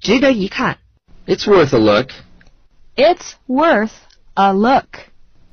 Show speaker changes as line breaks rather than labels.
值得一看。
It's worth a look.
It's worth a look.